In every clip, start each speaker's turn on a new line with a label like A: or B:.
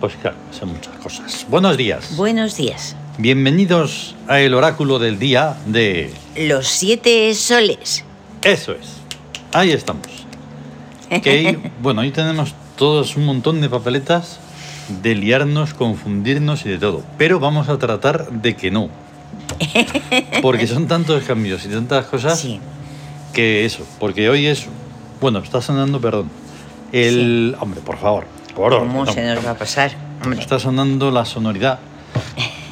A: Pues claro, son muchas cosas. Buenos días.
B: Buenos días.
A: Bienvenidos a el oráculo del día de...
B: Los siete soles.
A: Eso es. Ahí estamos. Que ahí- bueno, ahí tenemos todos un montón de papeletas de liarnos, confundirnos y de todo. Pero vamos a tratar de que no. Porque son tantos cambios y tantas cosas
B: Sí.
A: que eso. Porque hoy es... Bueno, está sonando, perdón. El... Hombre, por favor. Por favor,
B: ¿Cómo
A: no.
B: se nos va a pasar? Hombre.
A: Está sonando la sonoridad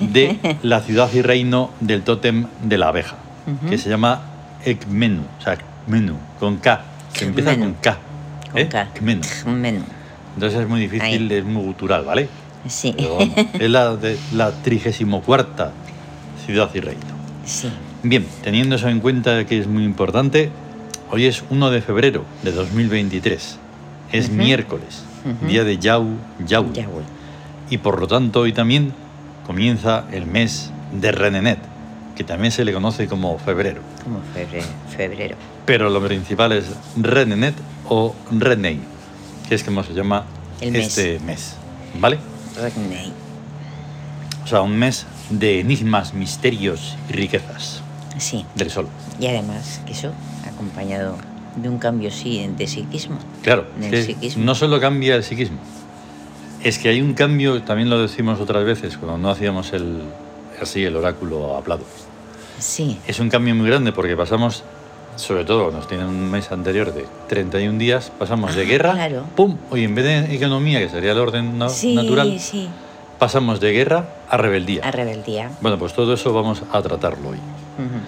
A: de la ciudad y reino del tótem de la abeja, que se llama Ekmenu, o sea, Ekmenu, con K, que empieza con
B: Ekmenu.
A: K.
B: Con
A: ¿eh?
B: K.
A: Ekmenu.
B: Menú.
A: Entonces es muy difícil, es muy gutural, ¿vale?
B: Sí.
A: Pero vamos, es la, de, la 34 ciudad y reino.
B: Sí.
A: Bien, teniendo eso en cuenta que es muy importante, hoy es 1 de febrero de 2023. Es miércoles,
B: Ujú.
A: día de Yau Yau
B: Ya voy.
A: y por lo tanto hoy también comienza el mes de Renenet, que también se le conoce como febrero.
B: Como febrero. febrero.
A: Pero lo principal es Renenet o Renei, que es como se llama
B: El mes.
A: este mes. ¿Vale?
B: Rodney.
A: O sea, un mes de enigmas, misterios y riquezas
B: Sí.
A: del sol.
B: Y además, que eso, acompañado de un cambio sí de psiquismo.
A: Claro,
B: Del
A: que
B: psiquismo.
A: no solo cambia el psiquismo, es que hay un cambio, también lo decimos otras veces cuando no hacíamos el, así el oráculo hablado.
B: Sí.
A: Es un cambio muy grande porque pasamos, sobre todo nos tiene un mes anterior de 31 días, pasamos de guerra,
B: Ah, claro.
A: ¡pum! Hoy en vez de economía, que sería el orden na-
B: sí,
A: natural,
B: sí.
A: pasamos de guerra a rebeldía.
B: A rebeldía.
A: Bueno, pues todo eso vamos a tratarlo hoy.
B: Ujú.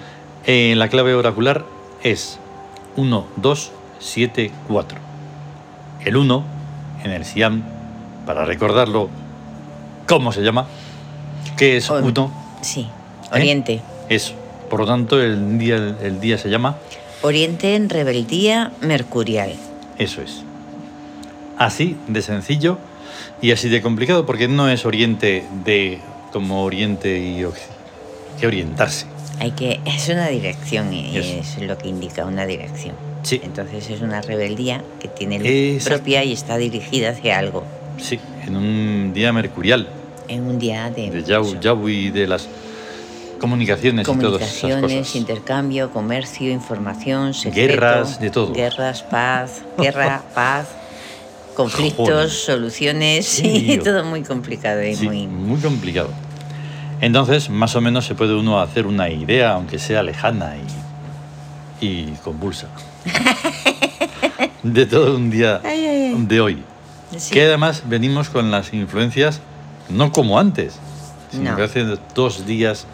A: Eh, la clave oracular es 1, 2, 7, 4. El 1, en el Siam, para recordarlo, ¿cómo se llama? ¿Qué es
B: Om.
A: 1?
B: Sí.
A: ¿Eh?
B: Oriente.
A: Eso. Por lo tanto, el día, el día se llama
B: Oriente en rebeldía mercurial.
A: Eso es. Así de sencillo y así de complicado, porque no es oriente de como oriente y occ- que orientarse.
B: Hay que es una dirección y
A: Eso.
B: es lo que indica una dirección.
A: Sí.
B: Entonces es una rebeldía que tiene luz
A: Exacto.
B: propia y está dirigida hacia algo.
A: Sí, en un día mercurial
B: En un día de,
A: de Yau,
B: eso,
A: Yau y de las comunicaciones, y todas esas
B: comunicaciones,
A: cosas.
B: intercambio, comercio, información, secreto,
A: Guerras, de todo.
B: Guerras, paz, guerra, paz, conflictos,
A: Joder.
B: soluciones,
A: Sí,
B: y todo muy complicado y
A: Sí,
B: muy
A: muy complicado. Entonces, más o menos se puede uno hacer una idea, aunque sea lejana y, y convulsa, de todo un día
B: Ay, ay, ay.
A: de hoy.
B: Sí.
A: Que además venimos con las influencias no como antes, sino
B: No.
A: que hace dos días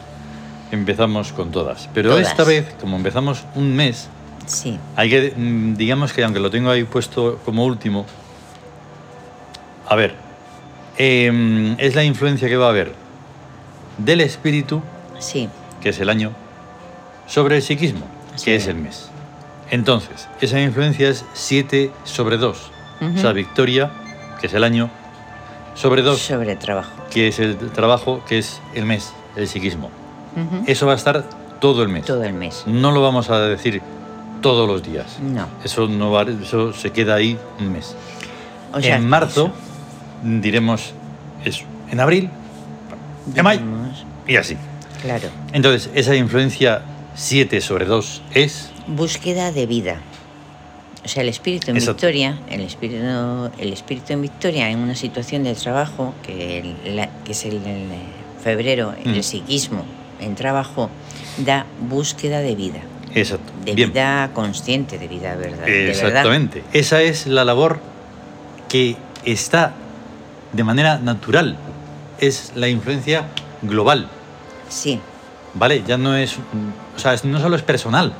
A: empezamos con todas. Pero
B: Todas.
A: esta vez, como empezamos un mes,
B: sí,
A: hay que, mm, digamos que aunque lo tengo ahí puesto como último, a ver, em, es la influencia que va a haber del espíritu,
B: sí,
A: que es el año, sobre el psiquismo,
B: Sí.
A: que es el mes. Entonces, esa influencia es 7 sobre 2, o sea,
B: Ujú.
A: victoria, que es el año, sobre 2,
B: sobre trabajo.
A: que es el trabajo, que es el mes, el psiquismo.
B: Ujú.
A: Eso va a estar todo el mes.
B: Todo el mes.
A: No lo vamos a decir todos los días.
B: No.
A: Eso no va- eso se queda ahí un mes.
B: O sea,
A: en marzo diremos eso. En abril,
B: eso,
A: en mayo
B: digamos,
A: y así.
B: Claro.
A: Entonces, esa influencia 7 sobre 2 es
B: Búsqueda de vida. O sea, el espíritu en
A: Exacto.
B: victoria, el espíritu, el espíritu en victoria en una situación de trabajo, que, el- la- que es el, el febrero,
A: Mm.
B: el psiquismo en trabajo, da búsqueda de vida.
A: exacto.
B: De
A: Bien.
B: vida consciente, de vida verdad. de verdad.
A: Exactamente. Esa es la labor que está de manera natural. Es la influencia global,
B: Sí.
A: ¿vale? Ya no es, o sea, es- no solo es personal,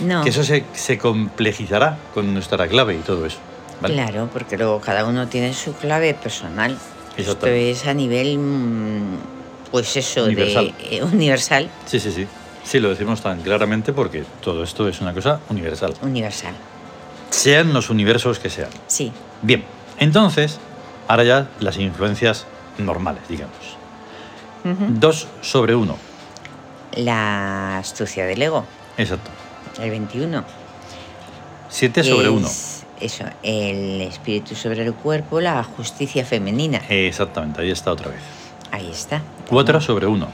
B: No,
A: que eso se, se complejizará con nuestra clave y todo eso, ¿vale?
B: claro, porque luego cada uno tiene su clave personal. Esto
A: Exactamente.
B: es a nivel, mm, pues eso,
A: Universal.
B: de eh, universal,
A: Sí, sí, sí. Sí, lo decimos tan claramente porque todo esto es una cosa universal.
B: universal.
A: Sean los universos que sean.
B: Sí,
A: Bien, Entonces, ahora ya las influencias normales, digamos.
B: Ujú.
A: Dos sobre uno.
B: La astucia del ego,
A: Exacto.
B: el 21.
A: Siete sobre uno.
B: Es Eso, el espíritu sobre el cuerpo, la justicia femenina.
A: Exactamente, ahí está otra vez.
B: Ahí está. Mm.
A: Cuatro sobre uno,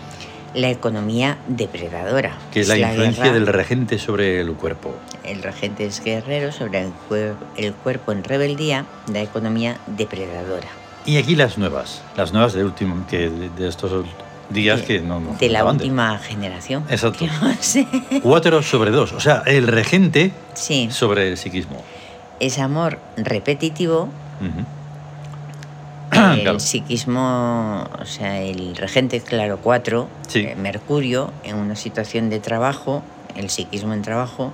B: La economía depredadora.
A: que es la, influencia
B: guerra.
A: del regente sobre el cuerpo.
B: El regente es guerrero sobre el, cuer- el cuerpo en rebeldía, la economía depredadora.
A: Y aquí las nuevas, las nuevas de último, que de, de estos días
B: De-
A: que no nos
B: de la
A: faltaban
B: última generación.
A: Exacto.
B: Que no sé.
A: Cuatro sobre dos, o sea, el regente
B: Sí,
A: sobre el psiquismo.
B: es amor repetitivo.
A: Ujú.
B: El
A: Claro.
B: psiquismo, o sea, el regente, claro, 4,
A: Sí.
B: Mercurio, en una situación de trabajo, el psiquismo en trabajo,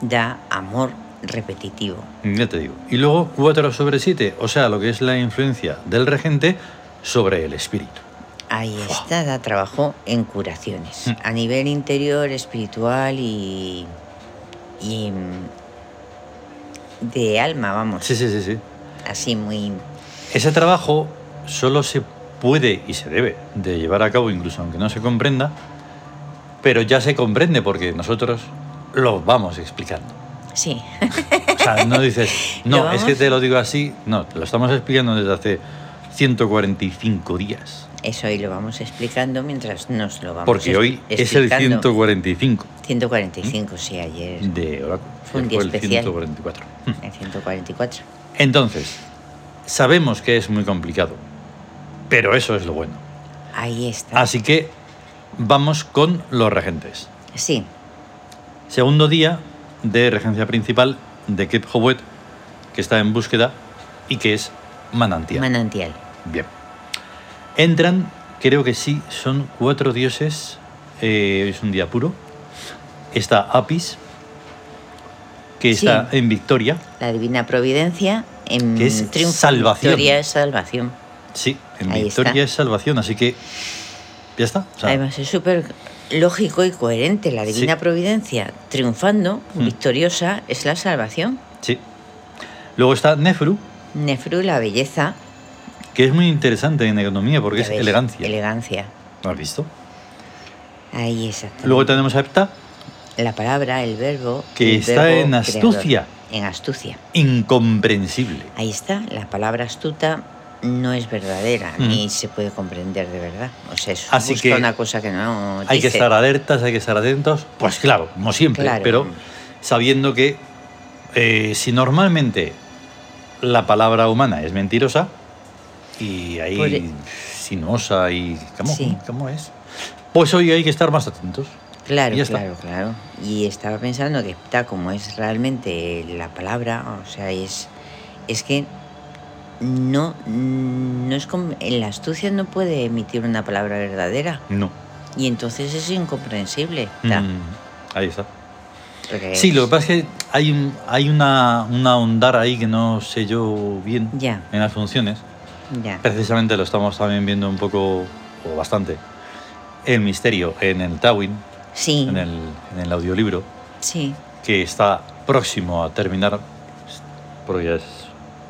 B: da amor repetitivo.
A: Ya te digo. Y luego 4 sobre 7, o sea, lo que es la influencia del regente sobre el espíritu.
B: Ahí está, da trabajo en curaciones,
A: Mm.
B: a nivel interior, espiritual y, y mm, de alma, vamos,
A: Sí, sí, sí, sí.
B: así muy...
A: Ese trabajo solo se puede y se debe de llevar a cabo, incluso aunque no se comprenda, pero ya se comprende porque nosotros lo vamos explicando.
B: Sí,
A: O sea, no dices,
B: Lo
A: no,
B: vamos-
A: es que te lo digo así, no, te lo estamos explicando desde hace 145 días,
B: eso hoy lo vamos explicando mientras nos lo vamos
A: porque
B: es-
A: hoy es el ¿Mm?
B: explicando.
A: 145
B: 145, sí, ayer.
A: de Oráculo.
B: Fue un
A: que
B: día
A: el
B: especial.
A: 144.
B: En 144.
A: Entonces, sabemos que es muy complicado, pero eso es lo bueno.
B: Ahí está.
A: Así que vamos con los regentes.
B: Sí,
A: Segundo día de regencia principal de Kep Howet, que está en búsqueda y que es Manantial.
B: manantial.
A: Bien. Entran, creo que sí, son cuatro dioses. eh, hoy es un día puro. Está Apis, que
B: Sí.
A: está en Victoria.
B: La divina providencia en
A: Que es
B: triunfo.
A: salvación.
B: Victoria es salvación.
A: Sí, en
B: Ahí
A: Victoria
B: está.
A: es salvación, así que ya está. o sea,
B: Además, es súper lógico y coherente. La divina
A: Sí.
B: providencia triunfando,
A: Mm.
B: victoriosa, es la salvación.
A: sí. Luego está Nefru,
B: Nefru, la belleza.
A: que es muy interesante en economía porque
B: ya
A: es
B: ves,
A: elegancia.
B: Elegancia.
A: ¿Lo has visto?
B: Ahí exactamente.
A: Luego tenemos a Hepta,
B: la palabra, el verbo.
A: Que
B: el
A: está
B: verbo
A: en
B: creador.
A: astucia.
B: En astucia.
A: incomprensible.
B: Ahí está, la palabra astuta no es verdadera
A: Mm.
B: ni se puede comprender de verdad. O sea, es
A: Así
B: justo
A: que
B: una cosa que no.
A: Hay que
B: dice.
A: estar alertas, hay que estar atentos. Pues claro, como siempre,
B: Claro.
A: pero sabiendo que eh, si normalmente la palabra humana es mentirosa y ahí
B: Por-
A: sinuosa y ¿cómo,
B: Pues, eh, Sí.
A: cómo es? Pues hoy hay que estar más atentos.
B: Claro,
A: y ya está.
B: claro, claro. Y estaba pensando que está como es realmente la palabra, o sea, es, es que no, no es como, en la astucia no puede emitir una palabra verdadera
A: No.
B: y entonces es incomprensible.
A: Mm, ahí está.
B: porque
A: Sí, lo
B: es-
A: que pasa es que hay, un- hay una, una ondar ahí que no sé yo bien
B: Ya.
A: en las funciones.
B: ya.
A: Precisamente lo estamos también viendo un poco, o bastante, el misterio en el Tawin,
B: Sí,
A: en el, en el audiolibro,
B: sí.
A: que está próximo a terminar, porque ya es...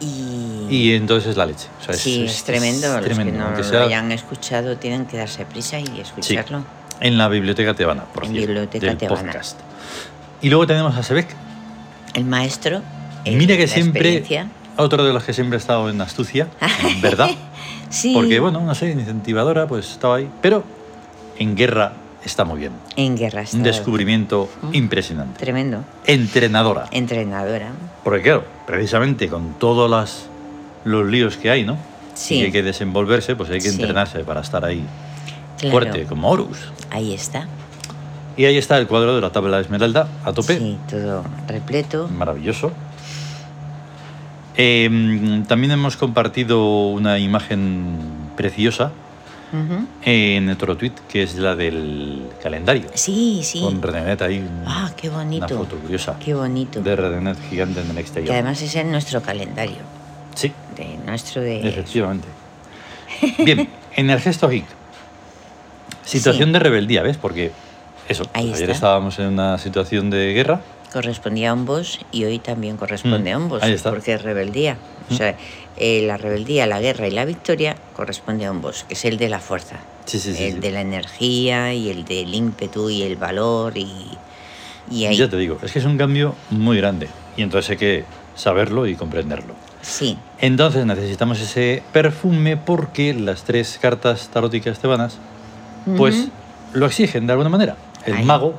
B: Y,
A: Y entonces es la leche. O sea,
B: sí, es, tremendo.
A: Pues es
B: Los
A: tremendo,
B: que no
A: aunque
B: lo
A: sea-
B: hayan escuchado tienen que darse prisa y escucharlo.
A: En la biblioteca tebana, por
B: En
A: cierto,
B: Biblioteca
A: del
B: Tebana.
A: podcast. Y luego tenemos a Sebek.
B: El maestro. el-
A: Mira que
B: la
A: siempre,
B: experiencia.
A: otro de los que siempre ha estado en astucia, ¿verdad?
B: Sí.
A: Porque, bueno, no sé, incentivadora, pues estaba ahí. Pero en guerra está muy bien.
B: En guerra está
A: Un descubrimiento
B: Mm.
A: impresionante.
B: Tremendo.
A: Entrenadora.
B: Eh. Entrenadora.
A: Porque, claro, precisamente con todos las- los líos que hay, ¿no?
B: Sí.
A: Y que hay que desenvolverse, pues hay que
B: Sí.
A: entrenarse para estar ahí
B: Claro,
A: fuerte, como Horus.
B: Ahí está.
A: Y ahí está el cuadro de la tabla de Esmeralda, a tope.
B: Sí, todo repleto.
A: Maravilloso. Eh, también hemos compartido una imagen preciosa Mm.
B: Ujú.
A: en otro tweet que es la del calendario.
B: Sí, sí.
A: Con Redenet ahí. un-
B: Ah, qué bonito.
A: Una foto curiosa.
B: Qué bonito.
A: De Redenet gigante en el exterior.
B: Que además es en nuestro calendario.
A: Sí,
B: De nuestro de.
A: efectivamente. Bien, en el gesto geek. Situación
B: Sí.
A: de rebeldía, ¿ves? Porque eso,
B: Ahí
A: ayer
B: está.
A: estábamos en una situación de guerra
B: correspondía a ambos y hoy también corresponde
A: Mm,
B: a ambos,
A: ahí está.
B: porque es rebeldía. O
A: Mm.
B: sea, eh, la rebeldía, la guerra y la victoria corresponde a ambos, que es el de la fuerza,
A: Sí, sí, sí.
B: el
A: sí.
B: de la energía y el del ímpetu y el valor y, y ahí.
A: Ya te digo, es que es un cambio muy grande y entonces hay que saberlo y comprenderlo.
B: Sí,
A: Entonces necesitamos ese perfume porque las tres cartas taróticas tebanas pues
B: Ujú.
A: lo exigen de alguna manera. El
B: Ahí.
A: mago,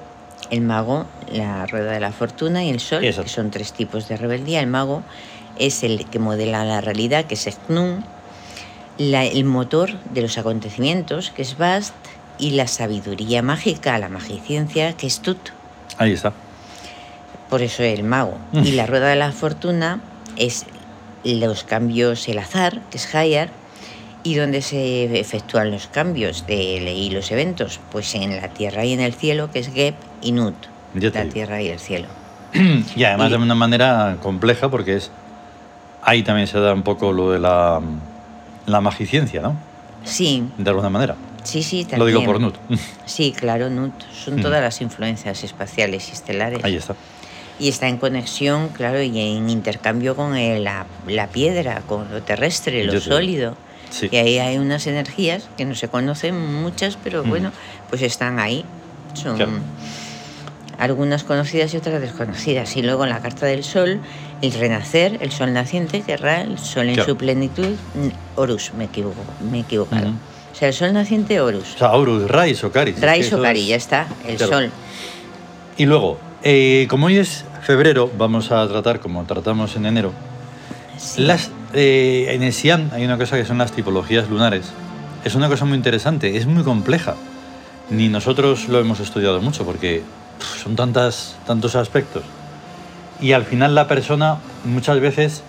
B: el mago, la rueda de la fortuna y el sol,
A: Eso.
B: que son tres tipos de rebeldía. El mago es el que modela la realidad, que es Echnum, la- el motor de los acontecimientos, que es Bast, y la sabiduría mágica, la magiciencia, que es Tut.
A: ahí está.
B: Por eso el mago.
A: Mm.
B: Y la rueda de la fortuna es los cambios, el azar, que es Hayar, y donde se efectúan los cambios de, y los eventos, pues en la tierra y en el cielo, que es Geb y Nut.
A: Ya te
B: la
A: digo.
B: tierra y el cielo.
A: Y además
B: Y-
A: de una manera compleja porque es ahí también se da un poco lo de la, la magiciencia, ¿no?
B: Sí,
A: De alguna manera.
B: sí, sí, también.
A: Lo digo por Nut.
B: Sí, claro, Nut. Son
A: Mm.
B: todas las influencias espaciales y estelares.
A: Ahí está.
B: Y está en conexión, claro, y en intercambio con eh, la, la piedra, con lo terrestre,
A: Yo
B: lo
A: te digo.
B: sólido.
A: Sí.
B: Y ahí hay unas energías que no se conocen muchas, pero
A: Ujú.
B: bueno, pues están ahí. Son
A: Mm. Claro.
B: algunas conocidas y otras desconocidas. Y luego en la carta del sol, el renacer, el sol naciente, que era el sol en
A: Claro.
B: su plenitud, mm, Horus, me, equivoco, me he equivocado.
A: Ujú.
B: O sea, el sol naciente, Horus.
A: O sea, Horus, Rai, Socaris. es
B: Rai
A: que eso es-
B: Sokari, ya está, el
A: Claro.
B: sol.
A: Y luego, eh, como hoy es febrero, vamos a tratar, como tratamos en enero,
B: Sí.
A: las, eh, en el Siam hay una cosa que son las tipologías lunares. Es una cosa muy interesante, es muy compleja. Ni nosotros lo hemos estudiado mucho porque pff, son tantas, tantos aspectos. Y al final la persona muchas veces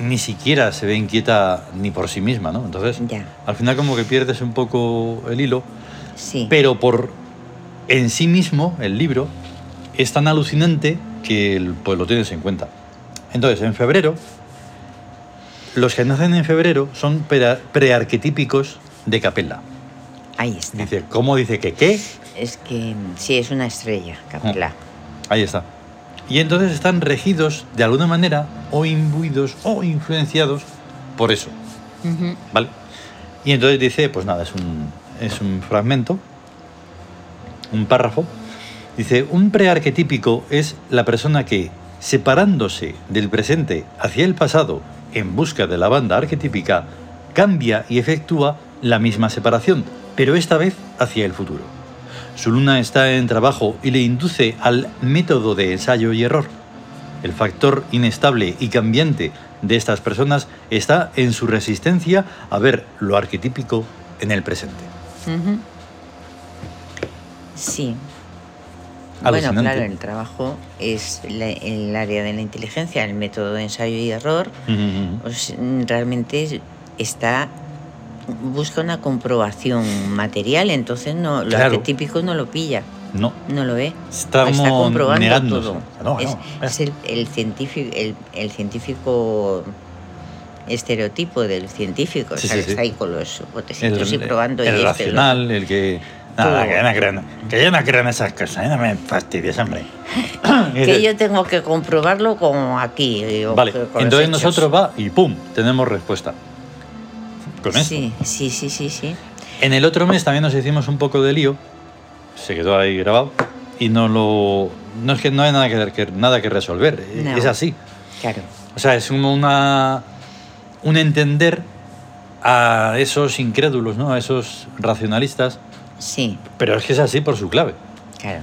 A: ni siquiera se ve inquieta ni por sí misma, ¿no? Entonces,
B: Ya,
A: al final como que pierdes un poco el hilo
B: sí.
A: pero por en sí mismo el libro es tan alucinante que el- pues lo tienes en cuenta. Entonces, en febrero, los que nacen en febrero son pera- prearquetípicos de Capella.
B: ahí está.
A: Dice, ¿cómo dice que qué?
B: Es que mm, sí, es una estrella, Capela.
A: Ah. Ahí está. Y entonces están regidos de alguna manera o imbuidos o influenciados por eso,
B: Ujú.
A: ¿vale? Y entonces dice, pues nada, es un, es un fragmento, un párrafo. Dice, un prearquetípico es la persona que, separándose del presente hacia el pasado en busca de la banda arquetípica, cambia y efectúa la misma separación, pero esta vez hacia el futuro. Su luna está en trabajo y le induce al método de ensayo y error. El factor inestable y cambiante de estas personas está en su resistencia a ver lo arquetípico en el presente.
B: Ujú. Sí. Bueno,
A: Alucinante.
B: claro, el trabajo es la- el área de la inteligencia, el método de ensayo y error.
A: Ujú, ujú.
B: pues, mm, realmente es- está busca una comprobación material, entonces no lo
A: Claro.
B: arquetípico no lo pilla,
A: No,
B: no lo ve.
A: está,
B: está
A: como
B: comprobando
A: negándose. Ah,
B: todo.
A: No,
B: es
A: no,
B: es el, el científico, el, el científico estereotipo del científico,
A: Sí,
B: o sea,
A: sí,
B: que
A: sí.
B: está ahí con los
A: el,
B: botecitos y probando y
A: el
B: esto y lo-
A: racional, el que... Nada,
B: Todo.
A: que ya no crean, que ya no crean esas cosas, ya no me fastidies, hombre. Y dices,
B: que yo tengo que comprobarlo como aquí. eh, o
A: vale,
B: que- con los
A: entonces
B: hechos.
A: nosotros va y ¡pum! Tenemos respuesta. Con esto.
B: Sí, sí, sí, sí, sí.
A: En el otro mes también nos hicimos un poco de lío, se quedó ahí grabado y no lo no es que no hay nada que, que- nada que resolver, eh,
B: No.
A: es así.
B: Claro.
A: O sea, es como una un entender a esos incrédulos, ¿no? A esos racionalistas,
B: Sí,
A: pero es que es así por su clave.
B: claro.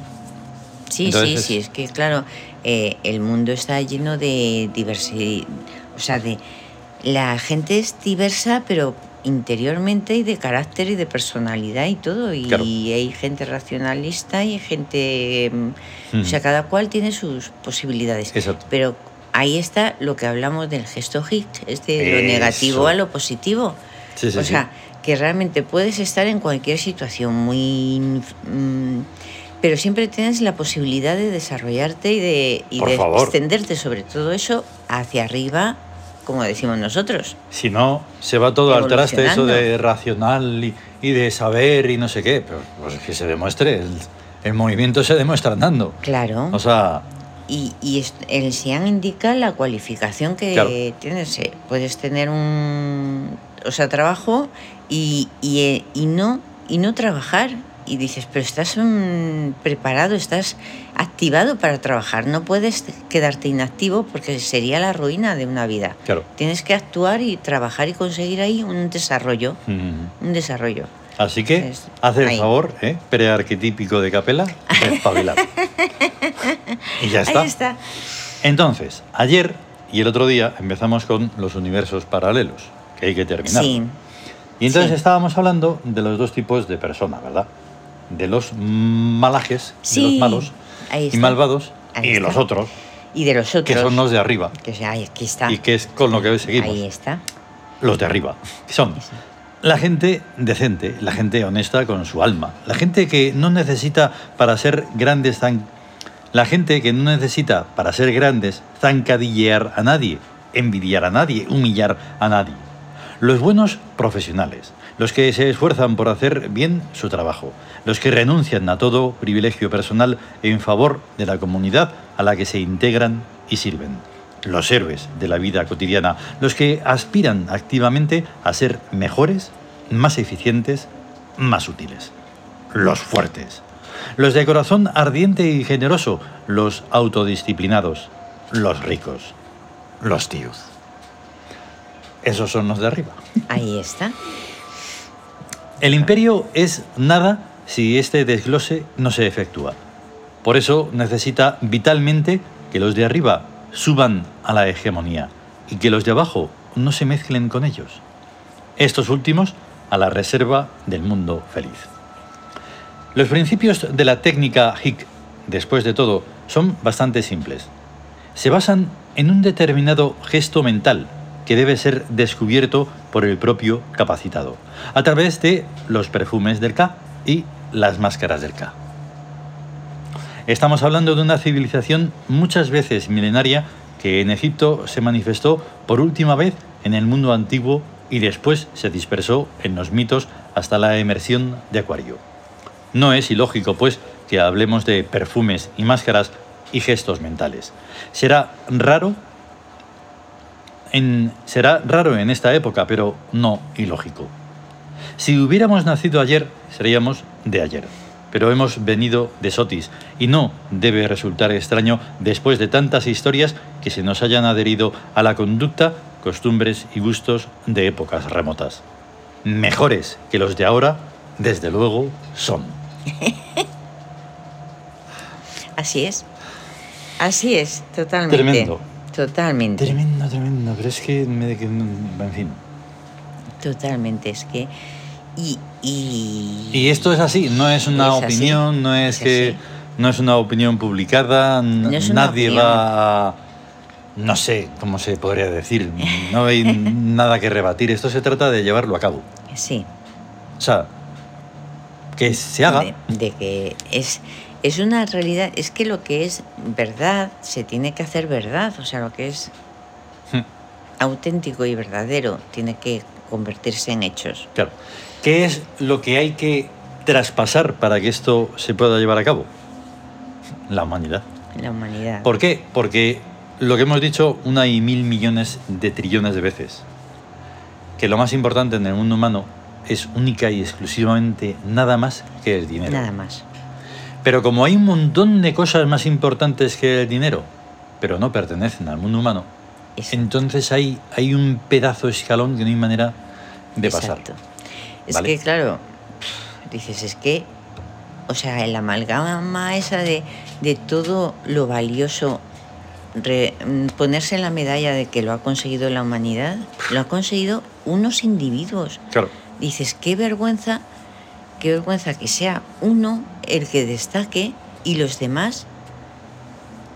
B: Sí,
A: Entonces-
B: sí, sí. Es que, claro, eh, el mundo está lleno de diversidad. O sea, de. La gente es diversa, pero interiormente y de carácter y de personalidad y todo. Y
A: Claro.
B: hay gente racionalista y gente. mm, O
A: Ujú.
B: sea, cada cual tiene sus posibilidades.
A: Exacto.
B: Pero ahí está lo que hablamos del gesto hic, es de lo
A: Eso.
B: negativo a lo positivo.
A: Sí, sí,
B: o
A: sí.
B: sea, que realmente puedes estar en cualquier situación muy... mm, pero siempre tienes la posibilidad de desarrollarte y de, y
A: Por
B: de
A: favor.
B: extenderte sobre todo eso hacia arriba, como decimos nosotros.
A: Si no, se va todo al traste eso
B: Evolucionando.
A: de racional y, y de saber y no sé qué. Pero pues que se demuestre, el, el movimiento se demuestra andando.
B: Claro.
A: O sea,
B: Y, y es- el SIAN indica la cualificación que
A: Claro.
B: tienes. eh, Puedes tener un o sea, trabajo y, y, eh, y no, y no trabajar. Y dices, pero estás mm, preparado, estás activado para trabajar. No puedes quedarte inactivo porque sería la ruina de una vida.
A: Claro.
B: Tienes que actuar y trabajar y conseguir ahí un desarrollo.
A: Mm.
B: Un desarrollo.
A: Así que,
B: Es-
A: haz el
B: ahí.
A: favor, ¿eh? prearquetípico de Capela, espabilar. y ya está.
B: Ahí está.
A: Entonces, ayer y el otro día empezamos con los universos paralelos, que hay que terminar.
B: Sí,
A: Y entonces
B: sí.
A: estábamos hablando de los dos tipos de persona, ¿verdad? De los malajes,
B: sí.
A: de los malos
B: Ahí
A: y
B: está.
A: malvados,
B: Ahí
A: y
B: está.
A: los otros,
B: Y de los otros.
A: que son los de arriba,
B: que sea, ahí- aquí está.
A: y que es con lo que hoy seguimos.
B: Ahí está.
A: los de arriba, que son
B: Eso.
A: la gente decente, la gente honesta con su alma, la gente que no necesita para ser grandes tan la gente que no necesita para ser grandes zancadillear a nadie, envidiar a nadie, humillar a nadie. Los buenos profesionales, los que se esfuerzan por hacer bien su trabajo, los que renuncian a todo privilegio personal en favor de la comunidad a la que se integran y sirven. Los héroes de la vida cotidiana, los que aspiran activamente a ser mejores, más eficientes, más útiles. Los fuertes. Los de corazón ardiente y generoso, los autodisciplinados, los ricos, los tíos. Esos son los de arriba.
B: Ahí está.
A: El imperio es nada si este desglose no se efectúa. Por eso necesita vitalmente que los de arriba suban a la hegemonía y que los de abajo no se mezclen con ellos. Estos últimos a la reserva del mundo feliz. Los principios de la técnica HIC, después de todo, son bastante simples. Se basan en un determinado gesto mental que debe ser descubierto por el propio capacitado, a través de los perfumes del K y las máscaras del K. Estamos hablando de una civilización muchas veces milenaria que en Egipto se manifestó por última vez en el mundo antiguo y después se dispersó en los mitos hasta la emersión de Acuario. No es ilógico, pues, que hablemos de perfumes y máscaras y gestos mentales. Será raro en, será raro en esta época, pero no ilógico. Si hubiéramos nacido ayer, seríamos de ayer. Pero hemos venido de Sotis y no debe resultar extraño después de tantas historias que se nos hayan adherido a la conducta, costumbres y gustos de épocas remotas. Mejores que los de ahora, desde luego, son.
B: Así es. Así es, totalmente.
A: Tremendo.
B: Totalmente.
A: Tremendo, tremendo, pero es que me... que- mm, En fin.
B: Totalmente. Es que. Y. Y,
A: Y esto es así, no es una
B: Es así,
A: opinión, no es,
B: es
A: que
B: así.
A: no es una opinión publicada, n-
B: No es una
A: nadie va a, no sé cómo se podría decir, no hay nada que rebatir, esto se trata de llevarlo a cabo.
B: Sí.
A: O sea, que se haga.
B: De, de que es. Es una realidad, es que lo que es verdad se tiene que hacer verdad, o sea, lo que es
A: Hmm.
B: auténtico y verdadero tiene que convertirse en hechos.
A: Claro. ¿Qué es lo que hay que traspasar para que esto se pueda llevar a cabo? La humanidad.
B: La humanidad.
A: ¿Por qué? Porque lo que hemos dicho una y mil millones de trillones de veces, que lo más importante en el mundo humano es única y exclusivamente nada más que el dinero.
B: Nada más.
A: Pero como hay un montón de cosas más importantes que el dinero, pero no pertenecen al mundo humano,
B: Es-
A: entonces hay, hay un pedazo de escalón que no hay manera de pasar.
B: Exacto. Es
A: ¿Vale?
B: que, claro, dices, es que, o sea, el amalgama esa de, de todo lo valioso, re- mm, ponerse la medalla de que lo ha conseguido la humanidad, lo ha conseguido unos individuos.
A: Claro,
B: Dices, qué vergüenza, qué vergüenza que sea uno el que destaque y los demás.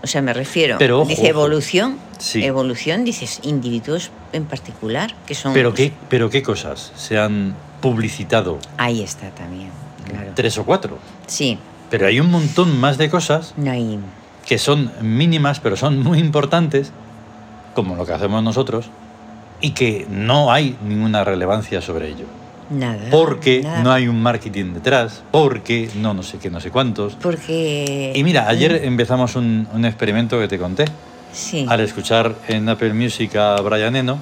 B: O sea, me refiero,
A: Pero ojo,
B: dice
A: ojo.
B: evolución,
A: Sí.
B: evolución, dices individuos en particular, que son...
A: pero qué, pero qué cosas se han publicitado,
B: Ahí está también, claro.
A: tres o cuatro,
B: Sí,
A: pero hay un montón más de cosas
B: no hay.
A: que son mínimas pero son muy importantes, como lo que hacemos nosotros, y que no hay ninguna relevancia sobre ello.
B: Nada.
A: porque
B: nada.
A: no hay un marketing detrás, porque no no sé qué, no sé cuántos.
B: Porque.
A: Y mira, ayer eh, empezamos un, un experimento que te conté.
B: Sí.
A: Al escuchar en Apple Music a Brian Eno,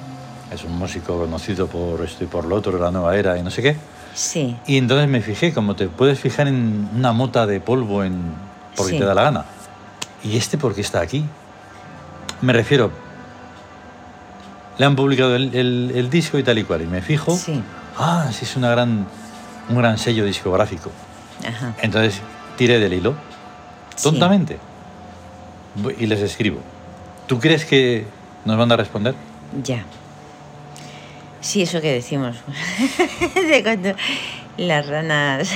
A: es un músico conocido por esto y por lo otro, la nueva era y no sé qué.
B: Sí.
A: Y entonces me fijé, como te puedes fijar en una mota de polvo en porque
B: Sí.
A: te da la gana. ¿Y este por qué está aquí? Me refiero, le han publicado el, el- el disco y tal y cual, y me fijo,
B: Sí.
A: ah, sí es una gran, un gran sello discográfico.
B: Ajá.
A: Entonces tiré del hilo,
B: Sí.
A: tontamente, Bu- y les escribo, ¿tú crees que nos van a responder?
B: Ya. Sí, eso que decimos. de cuando las ranas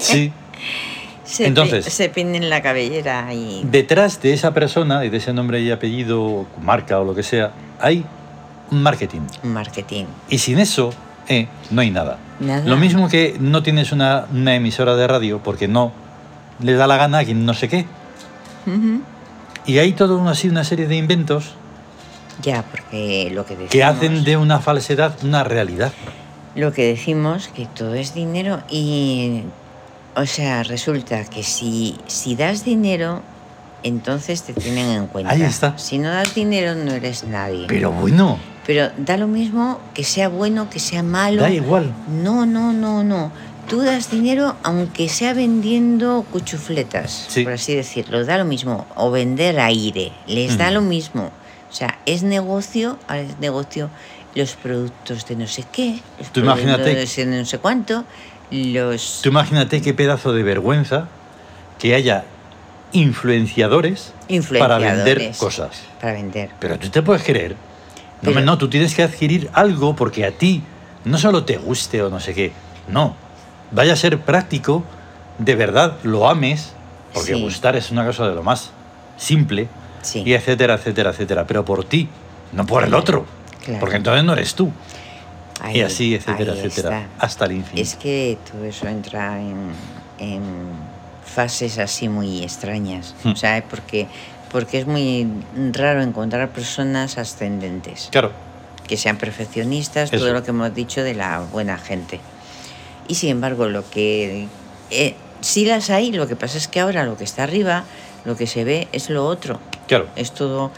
A: Sí.
B: se, pi-
A: Entonces-
B: se pinen la cabellera y.
A: Detrás de esa persona y de ese nombre y apellido, marca o lo que sea, hay un marketing.
B: Marketing.
A: Y sin eso, eh, no hay nada.
B: Nada.
A: Lo mismo que no tienes una, una emisora de radio porque no le da la gana a quien no sé qué.
B: Ujú.
A: Y hay todo una, así una serie de inventos
B: Ya, porque lo que decimos.
A: que hacen de una falsedad una realidad.
B: Lo que decimos que todo es dinero y. O sea, resulta que si, si das dinero, entonces te tienen en cuenta.
A: Ahí está.
B: Si no das dinero, no eres nadie.
A: Pero bueno,
B: Pero da lo mismo que sea bueno, que sea malo.
A: da igual.
B: No, no, no, no. Tú das dinero aunque sea vendiendo cuchufletas,
A: Sí.
B: por así decirlo, da lo mismo. O vender aire, les da
A: Ujú.
B: lo mismo. O sea, es negocio, ahora es negocio los productos de no sé qué, los
A: Tú
B: productos
A: imagínate-
B: de no sé cuánto, los...
A: Tú imagínate qué pedazo de vergüenza que haya influenciadores, para vender
B: Influenciadores.
A: cosas.
B: para vender.
A: Pero tú te puedes creer. No, hombre,
B: Pero-
A: no, tú tienes que adquirir algo porque a ti no solo te guste o no sé qué. No. Vaya a ser práctico, de verdad lo ames, porque
B: Sí.
A: gustar es una cosa de lo más simple,
B: Sí.
A: y etcétera, etcétera, etcétera. Pero por ti, no por el
B: Claro,
A: otro.
B: claro.
A: Porque entonces no eres tú. y
B: Ahí-
A: así, etcétera,
B: ahí
A: etcétera.
B: está.
A: Hasta el infinito.
B: Es que todo eso entra en, en fases así muy extrañas,
A: Hmm.
B: o sea, ¿eh? porque, porque es muy raro encontrar personas ascendentes,
A: Claro.
B: que sean perfeccionistas,
A: Eso.
B: todo lo que hemos dicho de la buena gente. Y sin embargo, lo que... eh, sí las hay, lo que pasa es que ahora lo que está arriba, lo que se ve es lo otro
A: Claro.
B: es todo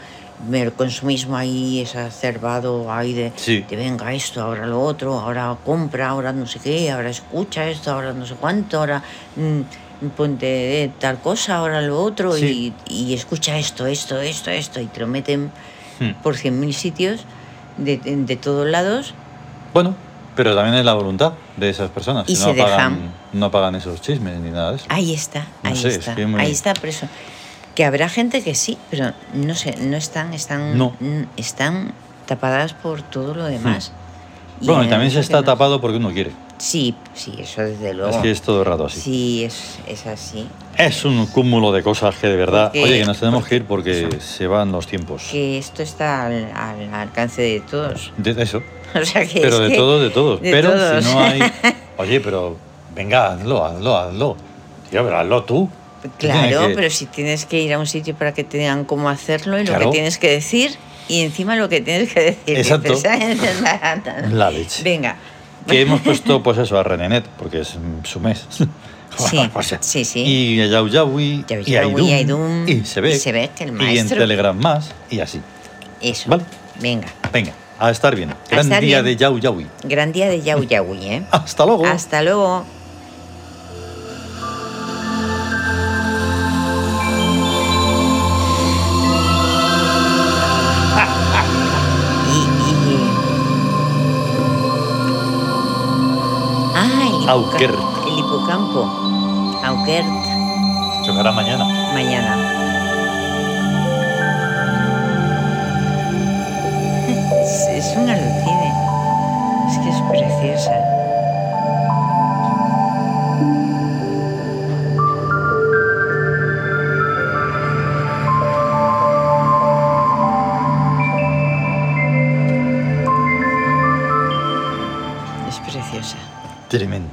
B: el consumismo ahí exacerbado ahí de,
A: Sí.
B: de venga esto, ahora lo otro, ahora compra, ahora no sé qué, ahora escucha esto, ahora no sé cuánto, ahora mm, ponte eh, tal cosa, ahora lo otro
A: Sí.
B: y, y escucha esto, esto, esto, esto y te lo meten
A: Hmm.
B: por cien mil sitios de, de todos lados
A: Bueno, pero también es la voluntad de esas personas.
B: Y
A: que
B: se
A: no apagan-
B: dejan.
A: no pagan esos chismes ni nada de eso.
B: Ahí está,
A: No
B: ahí
A: sé, es
B: está.
A: que me-
B: Ahí está preso. Que habrá gente que sí, pero no sé, no están, están,
A: No.
B: mm, están tapadas por todo lo demás. Y
A: Hmm. bueno, y
B: hay
A: también se
B: mucho que
A: está
B: no-
A: tapado porque uno quiere.
B: Sí, sí, eso desde luego.
A: Es que es todo el rato así.
B: Sí, es, es así.
A: Es un cúmulo de cosas que de verdad.
B: Porque-
A: oye, que nos tenemos que ir
B: eso.
A: porque se van los tiempos.
B: Que esto está al, al alcance de todos.
A: De eso.
B: O sea que
A: Pero
B: es
A: de
B: que-
A: todos, de todos.
B: de
A: pero
B: todos.
A: si no hay. Oye, pero venga, hazlo, hazlo, hazlo. Tío, pero hazlo tú. Tú tienes
B: Claro,
A: que-
B: pero si tienes que ir a un sitio para que te digan cómo hacerlo y lo
A: Claro.
B: que tienes que decir y encima lo que tienes que decir.
A: Exacto.
B: Dices,
A: La leche.
B: Venga.
A: Que hemos puesto, pues eso, a Renenet, porque es mm, su mes.
B: Sí,
A: Pues,
B: sí, sí.
A: Y a Yau Yaui,
B: Yau
A: y a
B: Yaui, y a
A: Aidun,
B: Aidun,
A: y se ve.
B: y se ve que el
A: Y en
B: maestro-
A: Telegram más, y así.
B: Eso.
A: Vale.
B: Venga.
A: Venga, a estar bien. Gran
B: estar
A: día
B: bien.
A: de Yau Yaui.
B: Gran día de Yau Yaui, ¿eh?
A: Hasta luego.
B: Hasta luego. Y- eh. y- Ah, el hipoca-
A: Auker.
B: El hipocampo. Auker.
A: Tocará mañana.
B: mañana. Es, es un alucine. Es que es preciosa. Es preciosa.
A: Tremendo.